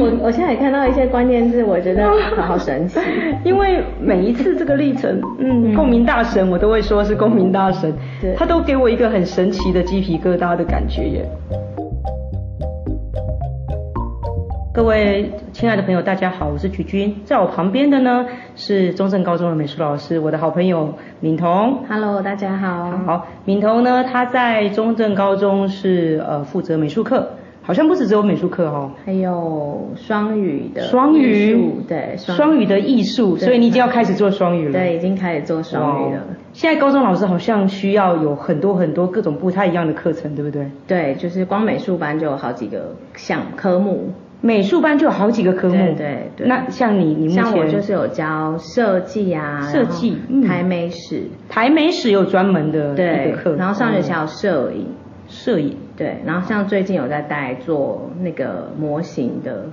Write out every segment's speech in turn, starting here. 我我现在也看到一些关键字，我觉 得好神奇。因为每一次这个历程，嗯，共鸣大神，我都会说是共鸣大神对，他都给我一个很神奇的鸡皮疙瘩的感觉耶。各位亲爱的朋友，大家好，我是菊君，在我旁边的呢是中正高中的美术老师，我的好朋友敏彤。 Hello，大家好。好，敏彤呢，她在中正高中是呃负责美术课，好像不止只有美术课哦，还有双语的双艺语术，对双语的艺术，所以你已经要开始做双语了。对已经开始做双语了哦。现在高中老师好像需要有很多很多各种不太一样的课程，对不对？对，就是光美术班就有好几个项科目，美术班就有好几个科目，对对对那像你，你目前像我就是有教设计啊，设计然后嗯台美史，台美史有专门的一对个课，，然后上学期哦还有摄影，摄影，对，然后像最近有在带做那个模型的，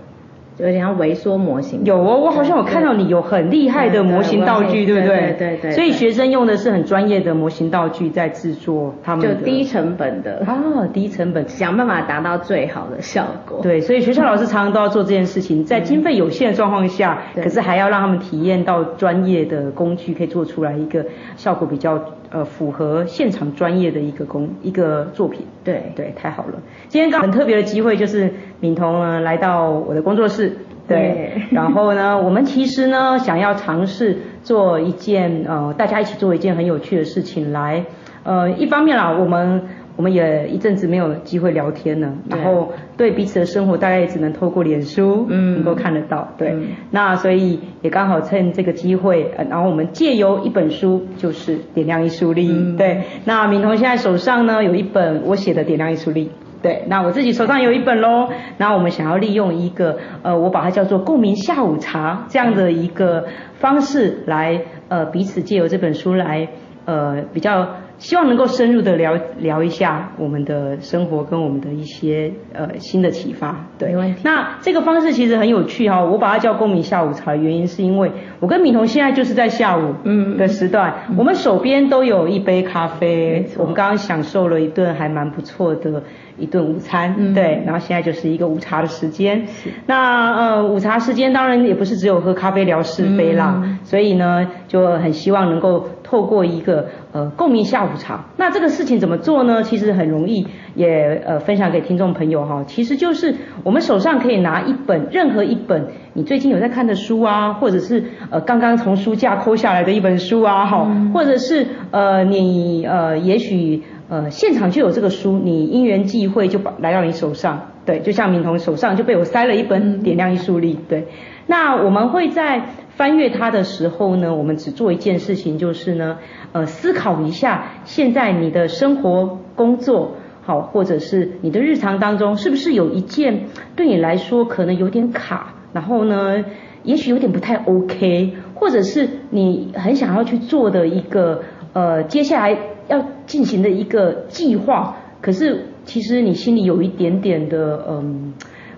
就有点像微缩模型，有哦，我好像有看到你有很厉害的模型道具，对不对对对对对所以学生用的是很专业的模型道具在制作他们就的低成本的，啊低成本。想办法达到最好的效果。对，所以学校老师常常都要做这件事情，在经费有限的状况下，对可是还要让他们体验到专业的工具，可以做出来一个效果比较呃符合现场专业的一个工一个作品。对对，太好了！今天刚好很特别的机会，就是敏彤呢来到我的工作室，对对，然后呢，我们其实呢想要尝试做一件呃，大家一起做一件很有趣的事情来，呃，一方面啦，我们我们也一阵子没有机会聊天了，对然后对彼此的生活大概也只能透过脸书嗯能够看得到，对，嗯那所以也刚好趁这个机会，呃、然后我们借由一本书，就是《点亮艺术力》嗯对。那敏彤现在手上呢有一本我写的《点亮艺术力》，对，那我自己手上有一本喽。那我们想要利用一个呃，我把它叫做“共鸣下午茶”这样的一个方式来呃，彼此借由这本书来呃比较。希望能够深入的聊聊一下我们的生活跟我们的一些呃新的启发，对，没问题那这个方式其实很有趣哈、哦我把它叫公民下午茶，的原因是因为我跟敏彤现在就是在下午嗯的时段，我们手边都有一杯咖啡没，错我们刚刚享受了一顿还蛮不错的一顿午餐，嗯对，然后现在就是一个午茶的时间。那呃，午茶时间当然也不是只有喝咖啡聊是非啦，嗯所以呢，就很希望能够透过一个呃共鸣下午茶。那这个事情怎么做呢？其实很容易，也呃分享给听众朋友哈。其实就是我们手上可以拿一本任何一本你最近有在看的书啊，或者是呃刚刚从书架抠下来的一本书啊，哈、嗯或者是呃你呃也许呃现场就有这个书，你因缘际会就把来到你手上。对，就像明彤手上就被我塞了一本《点亮艺术力》。对，那我们会在翻阅它的时候呢，我们只做一件事情，就是呢，呃，思考一下现在你的生活、工作，好，或者是你的日常当中，是不是有一件对你来说可能有点卡，然后呢，也许有点不太 OK，或者是你很想要去做的一个呃，接下来要进行的一个计划，可是其实你心里有一点点的嗯。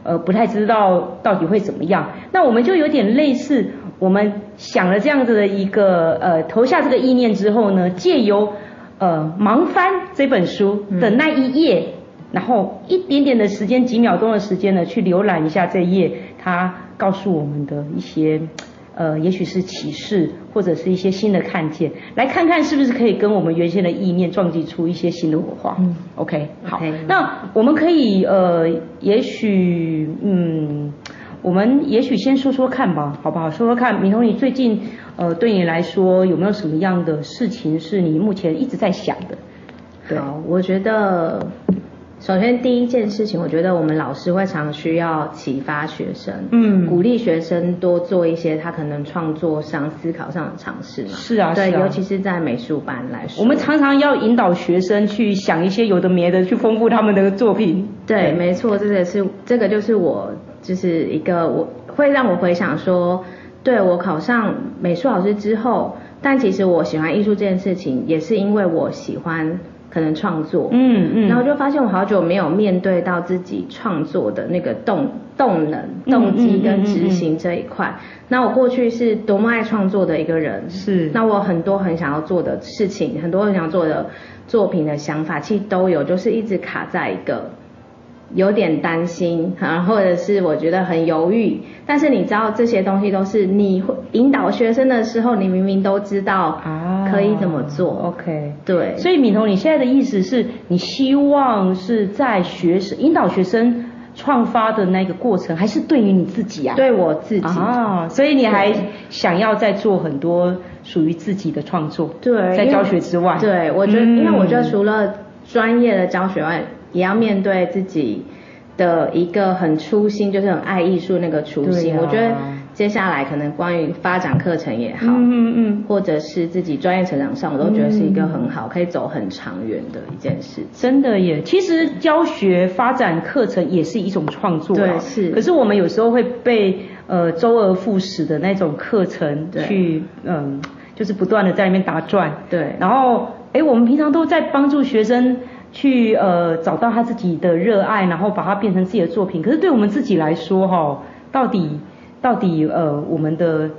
呃不太知道到底会怎么样。那我们就有点类似，我们想了这样子的一个呃投下这个意念之后呢，借由呃盲翻这本书的那一页。然后一点点的时间，几秒钟的时间呢，去浏览一下这一页，它告诉我们的一些，呃，也许是启示，或者是一些新的看见，来看看是不是可以跟我们原先的意念撞击出一些新的火花。嗯 OK，好 OK 那我们可以呃，也许嗯，我们也许先说说看吧，好不好？说说看，明彤，你最近呃，对你来说有没有什么样的事情是你目前一直在想的？对好，我觉得首先第一件事情，我觉得我们老师会常需要启发学生，嗯鼓励学生多做一些他可能创作上、思考上的尝试嘛。是啊对，是啊尤其是在美术班来说，我们常常要引导学生去想一些有的没的，去丰富他们的作品。对，没错，这个是这个就是我就是一个我会让我回想说，对我考上美术老师之后，但其实我喜欢艺术这件事情，也是因为我喜欢可能创作，嗯嗯，然后就发现我好久没有面对到自己创作的那个动动能、嗯动机跟嗯嗯嗯执行这一块。那我过去是多么爱创作的一个人，是那我很多很想要做的事情，很多很想做的作品的想法，其实都有，就是一直卡在一个有点担心，啊，或者是我觉得很犹豫。但是你知道这些东西都是你会引导学生的时候，你明明都知道啊可以怎么做。 OK，对，所以敏彤，你现在的意思是你希望是在学生引导学生创发的那个过程，还是对于你自己啊？对我自己，啊，所以你还对想要再做很多属于自己的创作，对，在因为教学之外，对我觉得，因为我觉得嗯除了专业的教学外，也要面对自己的一个很初心，就是很爱艺术那个初心。对啊我觉得接下来可能关于发展课程也好。嗯嗯嗯，或者是自己专业成长上，我都觉得是一个很好，可以走很长远的一件事。真的耶，其实教学发展课程也是一种创作啊对是可是我们有时候会被呃周而复始的那种课程对去嗯，就是不断的在那边打转。对然后诶，我们平常都在帮助学生去呃找到他自己的热爱，然后把它变成自己的作品。可是对我们自己来说哈、到底到底呃我们的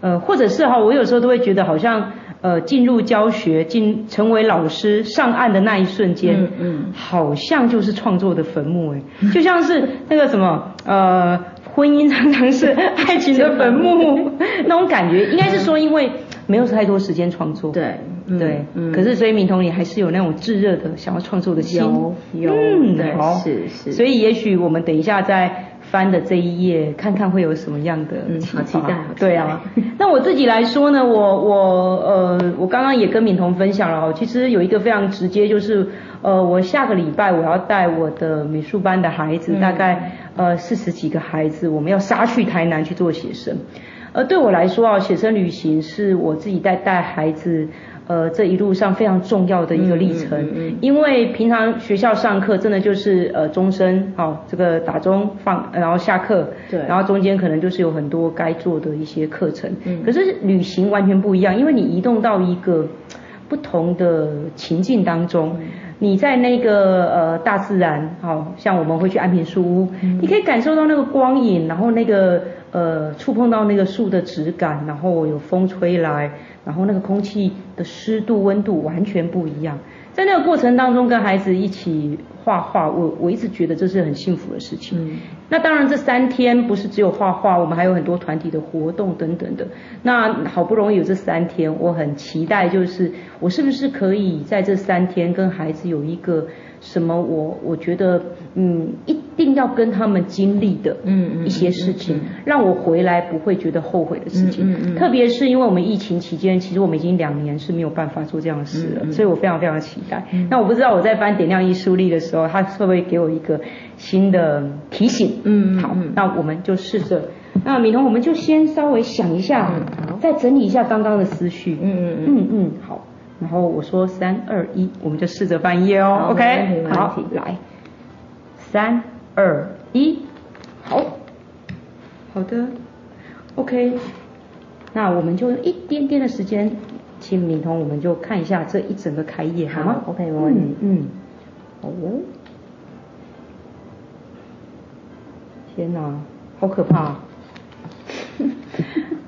呃或者是哈、我有时候都会觉得好像。呃，进入教学，进成为老师上岸的那一瞬间，嗯嗯好像就是创作的坟墓哎，就像是那个什么呃，婚姻常 常是爱情的坟墓那种感觉，应该是说因为没有太多时间创作，对嗯对，嗯可是所以敏彤你还是有那种炙热的想要创作的心，有有嗯，对好是是所以也许我们等一下再翻的这一页，看看会有什么样的嗯启好期发待好期对啊待， 那我自己来说呢，我我呃，我刚刚也跟敏彤分享了哦，其实有一个非常直接，就是呃，我下个礼拜我要带我的美术班的孩嗯子，大概呃四十几个孩子，我们要杀去台南去做写生。呃，对我来说啊，写生旅行是我自己在带孩子。呃，这一路上非常重要的一个历嗯程，嗯嗯嗯因为平常学校上课真的就是呃终身哦，这个打钟放，然后下课，对然后中间可能就是有很多该做的一些课程，嗯可是旅行完全不一样，因为你移动到一个不同的情境当中，你在那个呃大自然，好、像我们会去安平树屋，你可以感受到那个光影，然后那个呃触碰到那个树的质感，然后有风吹来，然后那个空气的湿度、温度完全不一样。在那个过程当中，跟孩子一起画画，我我一直觉得这是很幸福的事情。嗯那当然，这三天不是只有画画，我们还有很多团体的活动等等的。那好不容易有这三天，我很期待，就是我是不是可以在这三天跟孩子有一个什么我？我觉得，嗯，一定要跟他们经历的，嗯嗯一些事情，让我回来不会觉得后悔的事情。嗯嗯嗯特别是因为我们疫情期间，其实我们已经两年是没有办法做这样的事嗯了，所以我非常非常期待。那我不知道我在翻《点亮艺术力》的时候，他会不会给我一个新的提醒？嗯嗯好嗯，那我们就试着。那米彤，我们就先稍微想一下，嗯好再整理一下刚刚的思绪。嗯嗯嗯嗯嗯，好。然后我说三二一，我们就试着翻页哦。好 OK，没问题没问题好，来，三二一，好，好的，OK。那我们就一点点的时间，请敏彤，我们就看一下这一整个开业，好吗好，OK，没问题嗯，嗯好哦。天哪，好可怕 啊！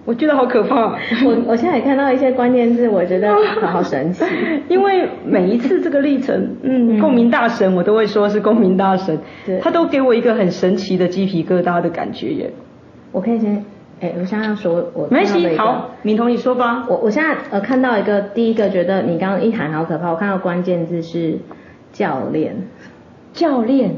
我觉得好可怕。我我现在也看到一些关键字，我觉得好神 奇。因为每一次这个历程，嗯，共鸣大神，我都会说是共鸣大神，对他都给我一个很神奇的鸡皮疙瘩的感觉耶。我可以先，哎，我想想说，我没关看到的系，一个好，敏彤你说吧。我我现在呃看到一个第一个，觉得你刚刚一喊好可怕，我看到关键字是教练，教练，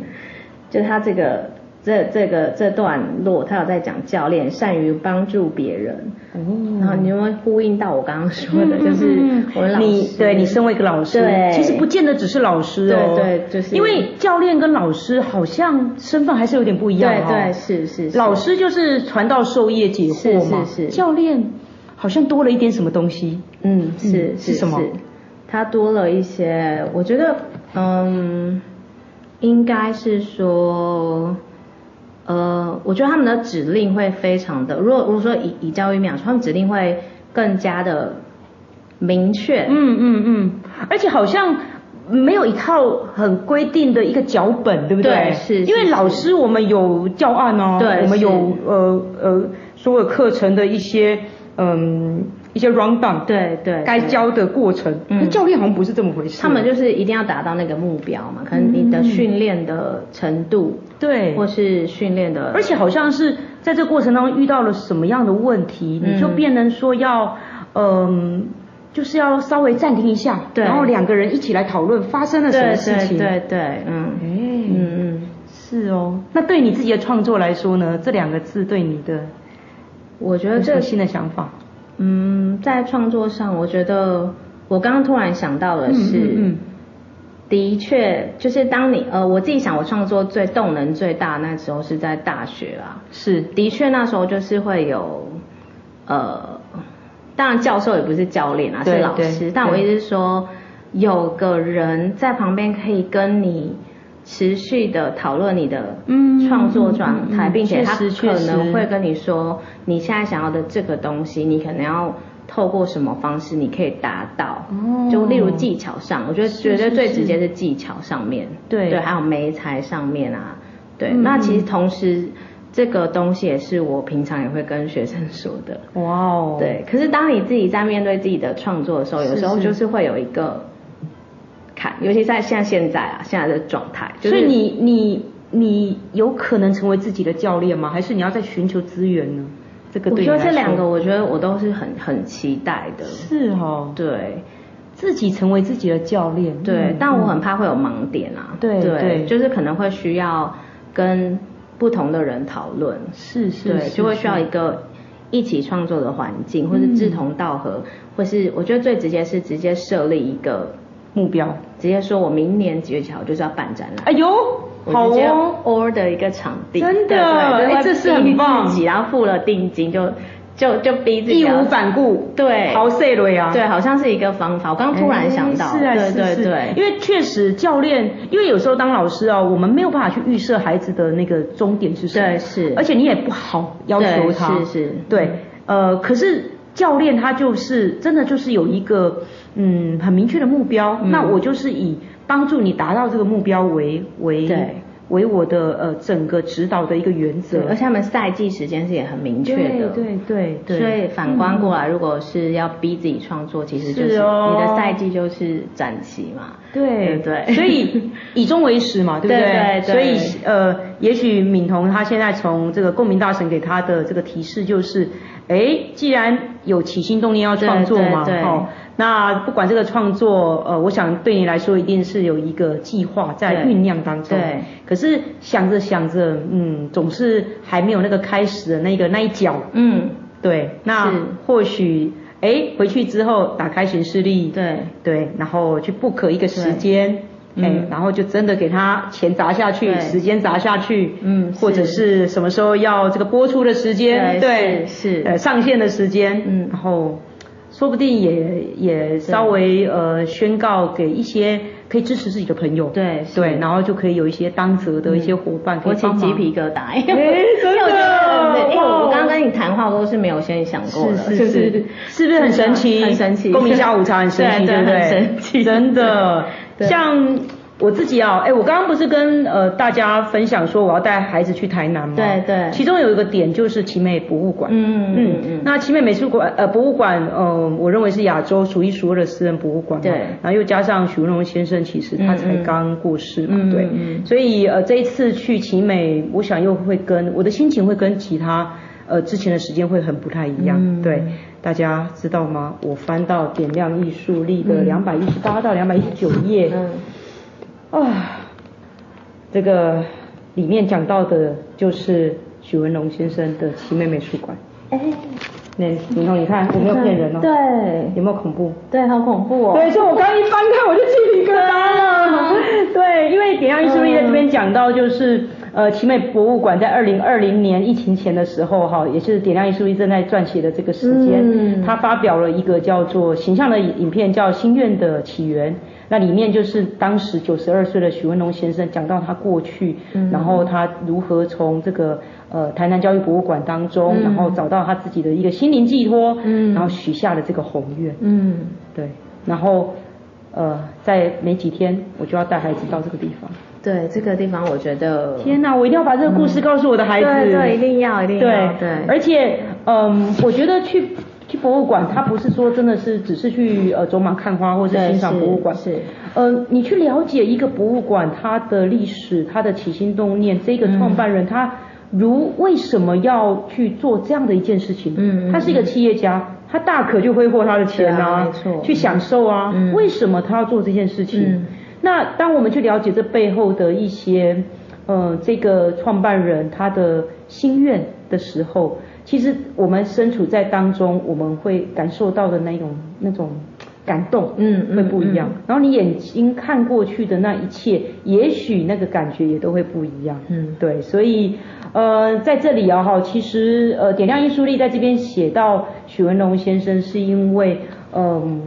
就是他这个这这个这段落，他有在讲教练善于帮助别人，然后哦，你有没有呼应到我刚刚说嗯的，就是我们老师，你对你身为一个老师对，其实不见得只是老师哦，对对就是因为教练跟老师好像身份还是有点不一样对哦。对是是是老师就是传道授业解惑嘛，是是是教练好像多了一点什么东西，嗯是嗯是什么他多了一些，我觉得嗯，应该是说。呃，我觉得他们的指令会非常的，如果如果说以以教育面来说，他们指令会更加的明确，嗯嗯嗯，而且好像没有一套很规定的一个脚本，对不对是是因为老师我们有教案哦，对我们是有呃呃所有课程的一些嗯一些 round down，对对，该教的过程。嗯那教练好像不是这么回事。他们就是一定要达到那个目标嘛，可能你的训练的程度，嗯对，或是训练的，而且好像是在这过程当中遇到了什么样的问题，嗯你就变成说要，嗯、就是要稍微暂停一下，对然后两个人一起来讨论发生了什么对事对情。对对，嗯哎，嗯嗯，是哦。那对你自己的创作来说呢，这两个字对你的我觉得有什呃这么新的想法？嗯，在创作上，我觉得我刚刚突然想到的呃是，嗯的确，就是当你呃，我自己想，我创作最动能最大那时候是在大学啦。是的确，那时候就是会有呃，当然教授也不是教练啊，对是老对师。但我对意思是说，有个人在旁边可以跟你持续的讨论你的嗯创作嗯嗯状态，嗯并且确他实确可能实会跟你说你现在想要的这个东西，你可能要透过什么方式你可以达到。哦就例如技巧上，我觉得觉得是最是直接是技巧上面，对对，还有媒材上面啊，对。嗯那其实同时这个东西也是我平常也会跟学生说的，哇哦，，对。可是当你自己在面对自己的创作的时候，有时候是是就是会有一个坎，尤其在像现在啊，现在的状态，就是、所以你你你有可能成为自己的教练吗？还是你要在寻求资源呢？这个我对觉你来得说这两个，我觉得我都是很很期待的，是哦，对。自己成为自己的教练，对嗯，但我很怕会有盲点啊。对对就是可能会需要跟不同的人讨论，是是，对，是就会需要是嗯一个一起创作的环境，或是志同道合，或是我觉得最直接是直接设立一个，目标。直接说我明年几月几号就是要办展览。哎呦，好我直接哦， ，order 一个场地，真的对对对，哎这是很棒自己然后付了定金就就就逼自己义要无反顾，对好啊碎了呀。对，好像是一个方法。我刚哎，刚突然想到，是啊，对是对是对，因为确实教练，因为有时候当老师哦，我们没有办法去预设孩子的那个终点是什么，对是而且你也不好要求对他，是是对，呃，可是教练他就是真的就是有一个嗯很明确的目标，嗯那我就是以帮助你达到这个目标为为对为我的呃整个指导的一个原则对，，而且他们赛季时间是也很明确的，对对对对，嗯所以反观过来，如果是要逼自己创作，其实就是是哦你的赛季就是展期嘛，对对对所以 以终为始嘛，对不对对对所以呃，也许敏彤她现在从这个共鸣大神给她的这个提示就是，哎，既然有起心动念要创作嘛，对对对哦，那不管这个创作，呃，我想对你来说一定是有一个计划对在酝酿当中，对。可是想着想着，嗯，总是还没有那个开始的那个那一脚，嗯，对，那是或许哎回去之后打开行事历，对对，然后去 book 一个时间，对哎嗯，然后就真的给他钱砸下去，对时间砸下去，嗯或者是什么时候要这个播出的时间，对对，是是呃上线的时间，嗯然后说不定也也稍微呃宣告给一些可以支持自己的朋友，对是对，然后就可以有一些当责的一些伙伴可我以起帮忙鸡皮疙瘩，因哎为真的我觉得很，因为哇我刚刚跟你谈话我都是没有先想过的，是就是是，是不是很神奇？很神奇，公民下午茶很神奇，对啊不对？很神奇，真的。 对像我自己啊，哎，我刚刚不是跟呃大家分享说我要带孩子去台南吗？对对其中有一个点就是奇美博物馆。嗯嗯嗯那奇美美术馆呃博物馆，呃，我认为是亚洲数一数二的私人博物馆嘛。对然后又加上许文龙先生，其实他嗯才嗯刚过世嘛，嗯对。嗯嗯所以呃，这一次去奇美，我想又会跟我的心情会跟其他呃之前的时间会很不太一样，嗯对。大家知道吗？我翻到点亮艺术力的两百一十八到两百一十九页，嗯，啊，这个里面讲到的就是许文龙先生的奇美美术馆。哎，那明彤，你看嗯我没有骗人哦，，对有没有恐怖？对，好恐怖哦，对，所以我刚一翻开我就鸡皮疙瘩了。 对，因为点亮艺术力在这边讲到，就是呃，奇美博物馆在二零二零年疫情前的时候，哈，也是点亮艺术力正在撰写的这个时间，嗯他发表了一个叫做形象的影片，叫《心愿的起源》。那里面就是当时九十二岁的许文龙先生讲到他过去，然后他如何从这个呃台南教育博物馆当中，然后找到他自己的一个心灵寄托，嗯然后许下了这个宏愿。嗯，对，然后呃，在没几天我就要带孩子到这个地方。对，这个地方我觉得，天哪，我一定要把这个故事告诉我的孩子。对对，一定要一定要，对，而且嗯，我觉得去去博物馆，它不是说真的是只是去呃走马看花或是对欣赏博物馆，是是呃，你去了解一个博物馆它的历史、它的起心动念，这个创办嗯人、他如为什么要去做这样的一件事情？嗯嗯他是一个企业家，他大可就挥霍他的钱对啊没错去享受啊，嗯为什么他要做这件事情？嗯那当我们去了解这背后的一些，呃，这个创办人他的心愿的时候，其实我们身处在当中，我们会感受到的那种那种感动，嗯嗯会不一样。然后你眼睛看过去的那一切，也许那个感觉也都会不一样。嗯对，所以呃，在这里啊哈，其实呃，点亮艺术力在这边写到许文龙先生，是因为嗯、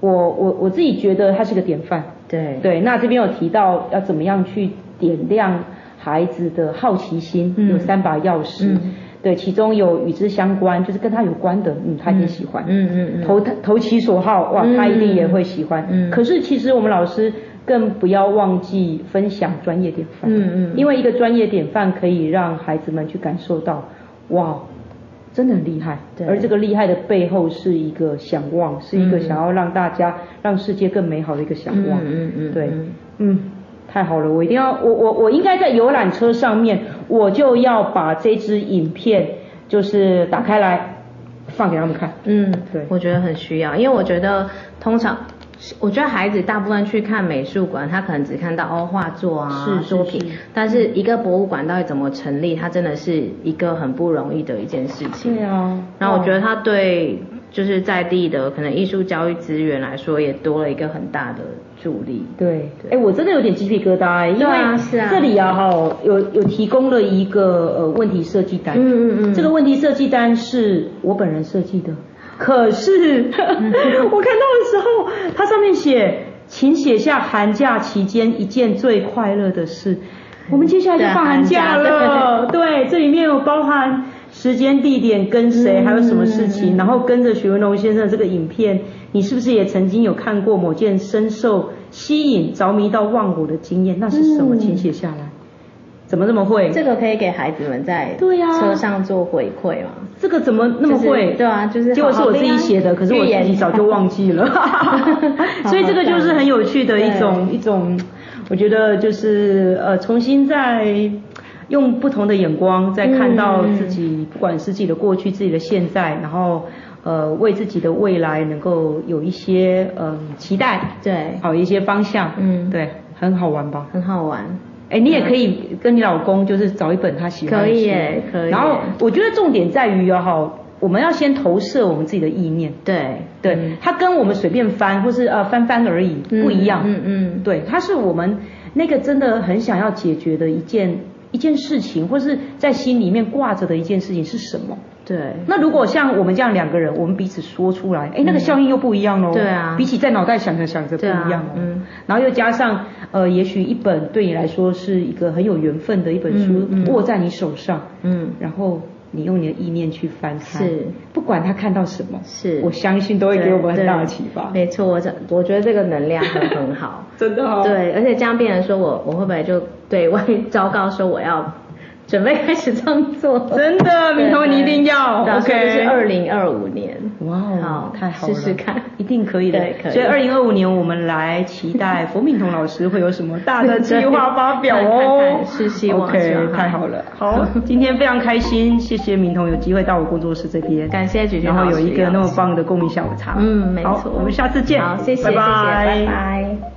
我我我自己觉得他是个典范。对对，那这边有提到要怎么样去点亮孩子的好奇心，嗯有三把钥匙。嗯对，其中有与之相关，就是跟他有关的，嗯，他一定喜欢。嗯嗯嗯投他投其所好，哇，嗯他一定也会喜欢。嗯可是其实我们老师更不要忘记分享专业典范。嗯嗯因为一个专业典范可以让孩子们去感受到，哇，真的很厉害。对而这个厉害的背后是一个想望，是一个嗯想要让大家、让世界更美好的一个想望。嗯嗯嗯对嗯，嗯。太好了，我一定要，我我我应该在游览车上面，我就要把这支影片就是打开来放给他们看。嗯，对我觉得很需要，因为我觉得通常，我觉得孩子大部分去看美术馆，他可能只看到哦画作啊是是作品是但是一个博物馆到底怎么成立，它真的是一个很不容易的一件事情。对啊，然后我觉得得。他对就是在地的可能艺术教育资源来说，也多了一个很大的助力。对，哎，我真的有点鸡皮疙瘩哎，因对啊为是啊这里啊哈有有提供了一个呃问题设计单，嗯嗯嗯这个问题设计单是我本人设计的，可是 我嗯看到的时候，它上面写，请写下寒假期间一件最快乐的事，我们接下来就放寒假嗯对啊寒假了，对，这里面有包含。时间、地点、跟谁，嗯还有什么事情，嗯然后跟着许文龙先生的这个影片，你是不是也曾经有看过某件深受吸引、着迷到忘我的经验？那是什么？嗯请写下来。怎么那么会？这个可以给孩子们在对啊呀车上做回馈嘛？这个怎么那么就会？是对啊就是结果是好好我自己写的，听啊可是我预言，自己早就忘记了所以这个就是很有趣的一种对一种，我觉得就是呃，重新再用不同的眼光再看到嗯自己，不管是自己的过去、自己的现在，然后呃，为自己的未来能够有一些呃期待，对，好一些方向，嗯对，很好玩吧？很好玩。哎，你也可以跟你老公就是找一本他喜欢的可书，以耶可以耶然后我觉得重点在于哦，哈，我们要先投射我们自己的意念，对对，嗯它跟我们随便翻或是呃翻翻而已嗯不一样，嗯嗯对，它是我们那个真的很想要解决的一件一件事情，或是在心里面挂着的一件事情是什么？对，那如果像我们这样两个人，我们彼此说出来，哎，那个效应又不一样嗯喽。对啊比起在脑袋想着想着不对啊一样哦。嗯。然后又加上呃，也许一本对你来说是一个很有缘分的一本书，嗯嗯握在你手上，嗯然后你用你的意念去翻开，是，不管他看到什么，是我相信都会给我们很大的启发。没错，我想我觉得这个能量很很 好。真的哦。。对，而且这样变成说我我会不会就对外昭告说我要准备开始创作？真的，对明彤对你一定要对啊所以这，OK。是二零二五年。哇哦好，太好了，试试看一定可以的对。可以所以二零二五年我们来期待冯敏彤老师会有什么大的计划发 表看哦看。是希望希 OK，望太好了。好，今天非常开心，谢谢敏彤有机会到我工作室这边，感谢菊菊然后有一个那老么师棒的共鸣下午茶。嗯，没好错。我们下次见。好，谢谢，谢谢，拜拜拜。